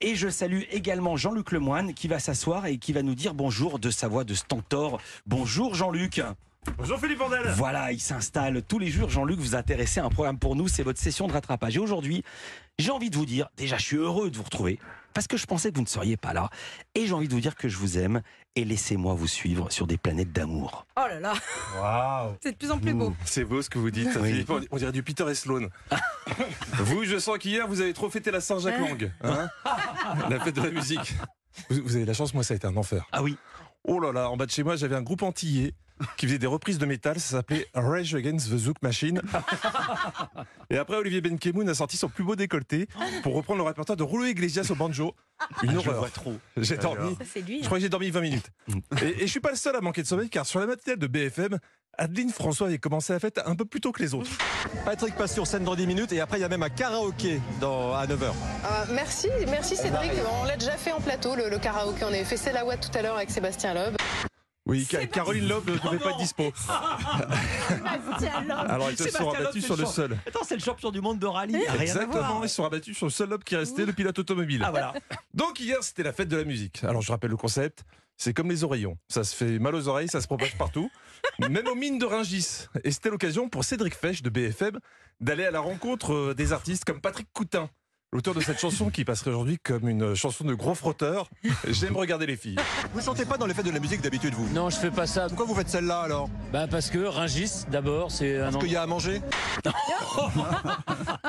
Et je salue également Jean-Luc Lemoine qui va s'asseoir et qui va nous dire bonjour de sa voix de stentor. Bonjour Jean-Luc. Bonjour Philippe Vandel. Voilà, il s'installe tous les jours. Jean-Luc, vous intéressez à un programme pour nous, c'est votre session de rattrapage. Et aujourd'hui, j'ai envie de vous dire, déjà, je suis heureux de vous retrouver parce que je pensais que vous ne seriez pas là. Et j'ai envie de vous dire que je vous aime et laissez-moi vous suivre sur des planètes d'amour. Oh là là, Waouh. c'est de plus en plus beau. C'est beau ce que vous dites. Oui. Philippe. On- On dirait du Peter et Sloan. vous, je sens qu'hier, vous avez trop fêté la Saint-Jacques Lang. hein la fête de la musique. Vous, vous avez de la chance, moi, ça a été un enfer. Ah oui, Oh là là, en bas de chez moi, j'avais un groupe antillais qui faisait des reprises de métal. Ça s'appelait Rage Against the Zouk Machine. et après, Olivier Benkemoun a sorti son plus beau décolleté pour reprendre le répertoire de Rouleau Iglesias au banjo. Une Ah, je horreur. vois trop. J'ai dormi. Ça, c'est lui. Je hein. crois que j'ai dormi 20 minutes. Et, et je suis pas le seul à manquer de sommeil, car sur la matinale de BFM, Adeline François avait commencé la fête un peu plus tôt que les autres. Patrick passe sur scène dans 10 minutes et après il y a même un karaoké dans, à 9h. Ah, merci, merci Cédric. On l'a déjà fait en plateau, le, le karaoké. On avait fait Selawat tout à l'heure avec Sébastien Loeb. Oui, Ca- Caroline Loeb ne pouvait pas être dispo. Alors ils se Sébastien sont Loeb, rabattus c'est sur le le champ- seul. Attends, c'est le champion du monde de rallye. Ah, Rien à Exactement, voir. ils se sont rabattus sur le seul Loeb qui restait, le pilote automobile. Ah voilà. Donc hier, c'était la fête de la musique. Alors je rappelle le concept, c'est comme les oreillons. Ça se fait mal aux oreilles, ça se propage partout, même aux mines de Ringis. Et c'était l'occasion pour Cédric Fesch de BFM d'aller à la rencontre euh, des artistes comme Patrick Coutin, l'auteur de cette chanson qui passerait aujourd'hui comme une chanson de gros frotteur. J'aime regarder les filles. Vous chantez pas dans les fêtes de la musique d'habitude vous Non, je fais pas ça. Pourquoi vous faites celle-là alors Bah parce que Ringis, d'abord, c'est un Parce qu'il y a à manger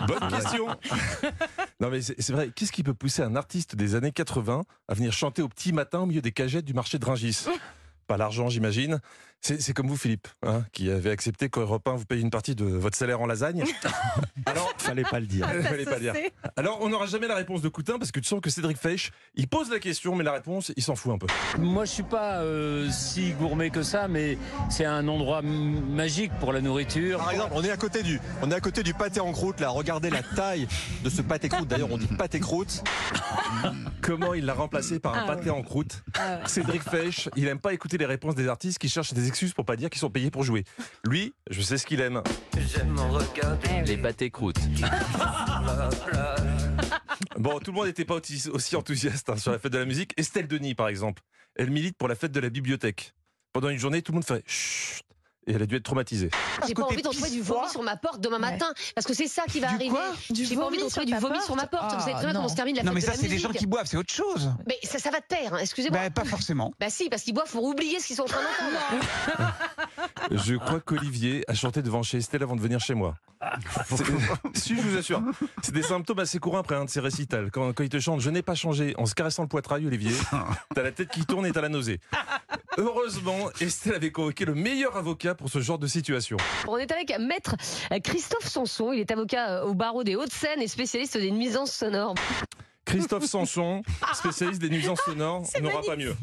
Bonne question. Non mais c'est c'est vrai, qu'est-ce qui peut pousser un artiste des années 80 à venir chanter au petit matin au milieu des cagettes du marché de Ringis Pas l'argent, j'imagine. C'est c'est comme vous, Philippe, hein, qui avez accepté qu'Europe 1 vous paye une partie de votre salaire en lasagne. Alors, Fallait pas le dire. il fallait Ça, pas le dire. c'est- Alors, on n'aura jamais la réponse de Coutin parce que tu sens que Cédric Feich, il pose la question, mais la réponse, il s'en fout un peu. Moi, je suis pas euh, si gourmet que ça, mais c'est un endroit m- magique pour la nourriture. Par exemple, on est à côté du, on est à côté du pâté en croûte là. Regardez la taille de ce pâté croûte. D'ailleurs, on dit pâté croûte. Comment il l'a remplacé par un Ah ouais. pâté en croûte Ah ouais. Cédric Fesch, il aime pas écouter les réponses des artistes qui cherchent des excuses pour pas dire qu'ils sont payés pour jouer. Lui, je sais ce qu'il aime. Ah Les pâtés croûtes. Bon, tout le monde n'était pas aussi aussi enthousiaste hein, sur la fête de la musique. Estelle Denis, par exemple, elle milite pour la fête de la bibliothèque. Pendant une journée, tout le monde fait chut et elle a dû être traumatisée. J'ai pas envie d'en trouver du vomi sur ma porte demain matin, parce que c'est ça qui va arriver. J'ai pas envie d'en trouver du vomi sur Ah, ma porte. Vous savez très bien comment se termine la fête de la musique. boivent, c'est autre chose. Ben, Mais ça, ça va de pair, hein, excusez-moi. Bah, pas forcément. si, parce qu'ils boivent pour oublier ce qu'ils sont en train d'entendre. Je crois qu'Olivier a chanté devant chez Estelle avant de venir chez moi. C'est- si, je vous assure. C'est des symptômes assez courants après un de ses récitals. Quand, quand il te chante Je n'ai pas changé en se caressant le poitrail, Olivier, t'as la tête qui tourne et t'as la nausée. Heureusement, Estelle avait convoqué le meilleur avocat pour ce genre de situation. On est avec maître Christophe Sanson, il est avocat euh, au barreau des Hauts-de-Seine et spécialiste des nuisances sonores. Christophe Sanson, spécialiste des nuisances sonores, n'aura pas mieux.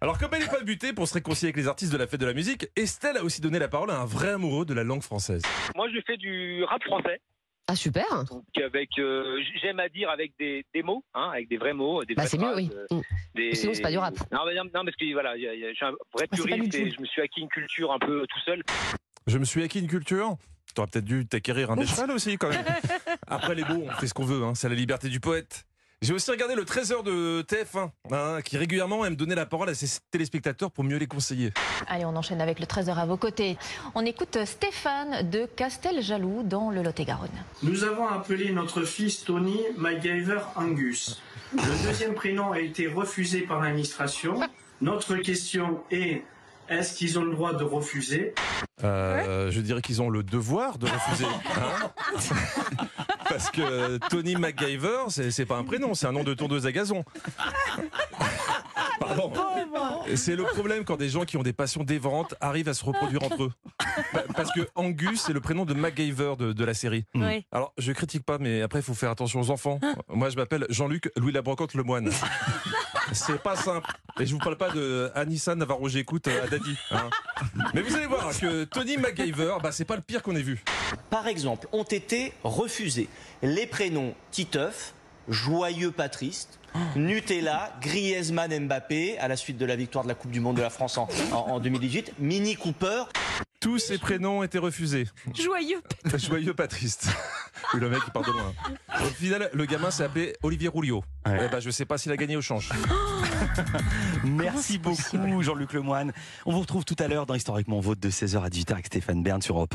Alors, comme elle n'est pas butée pour se réconcilier avec les artistes de la fête de la musique, Estelle a aussi donné la parole à un vrai amoureux de la langue française. Moi, je fais du rap français. Ah super Donc avec, euh, j'aime à dire avec des, des mots, hein, avec des vrais mots, des Bah vraies c'est mieux, phrases, oui. euh, Mm. des- Sinon, c'est pas du rap. Bah, Non, mais non, non, parce que voilà, y a- y a- je suis un vrai c'est pas puriste du tout. et je me suis acquis une culture un peu tout seul. Je me suis acquis une culture. T'aurais peut-être dû t'acquérir un écheval aussi, quand même. Après les mots, on fait ce qu'on veut, hein, c'est la liberté du poète. J'ai aussi regardé le 13h de TF1, hein, qui régulièrement aime donner la parole à ses téléspectateurs pour mieux les conseiller. Allez, on enchaîne avec le 13h à vos côtés. On écoute Stéphane de Casteljaloux dans le Lot-et-Garonne. Nous avons appelé notre fils Tony MacGyver Angus. Le deuxième prénom a été refusé par l'administration. Notre question est est-ce qu'ils ont le droit de refuser Euh, Je dirais qu'ils ont le devoir de refuser. hein. Parce que Tony MacGyver, c'est c'est pas un prénom, c'est un nom de tondeuse à gazon. Pardon. C'est le problème quand des gens qui ont des passions dévorantes arrivent à se reproduire entre eux. Pa- Parce que Angus, c'est le prénom de MacGyver de, de la série. Oui. Alors, je critique pas, mais après, il faut faire attention aux enfants. Moi, je m'appelle Jean-Luc Louis Labrocante le moine. C'est pas simple. Et je vous parle pas de Anissa Navarro, j'écoute à Daddy. hein. Mais vous allez voir que Tony MacGyver, bah, c'est pas le pire qu'on ait vu. Par exemple, ont été refusés les prénoms Titeuf, Joyeux Patriste, Oh. Nutella, Griezmann Mbappé, à la suite de la victoire de la Coupe du Monde de la France en, en- en 2018, Mini Cooper. Tous ces prénoms étaient refusés. Joyeux. Joyeux pas triste. Oui, le mec, il part de loin. Au final, le gamin s'est appelé Olivier Rouliot. Eh ben, je sais pas s'il a gagné au change. Merci beaucoup, Jean-Luc Lemoine. On vous retrouve tout à l'heure dans Historiquement Vôtre de 16h à 18h avec Stéphane Bern sur Europe 1.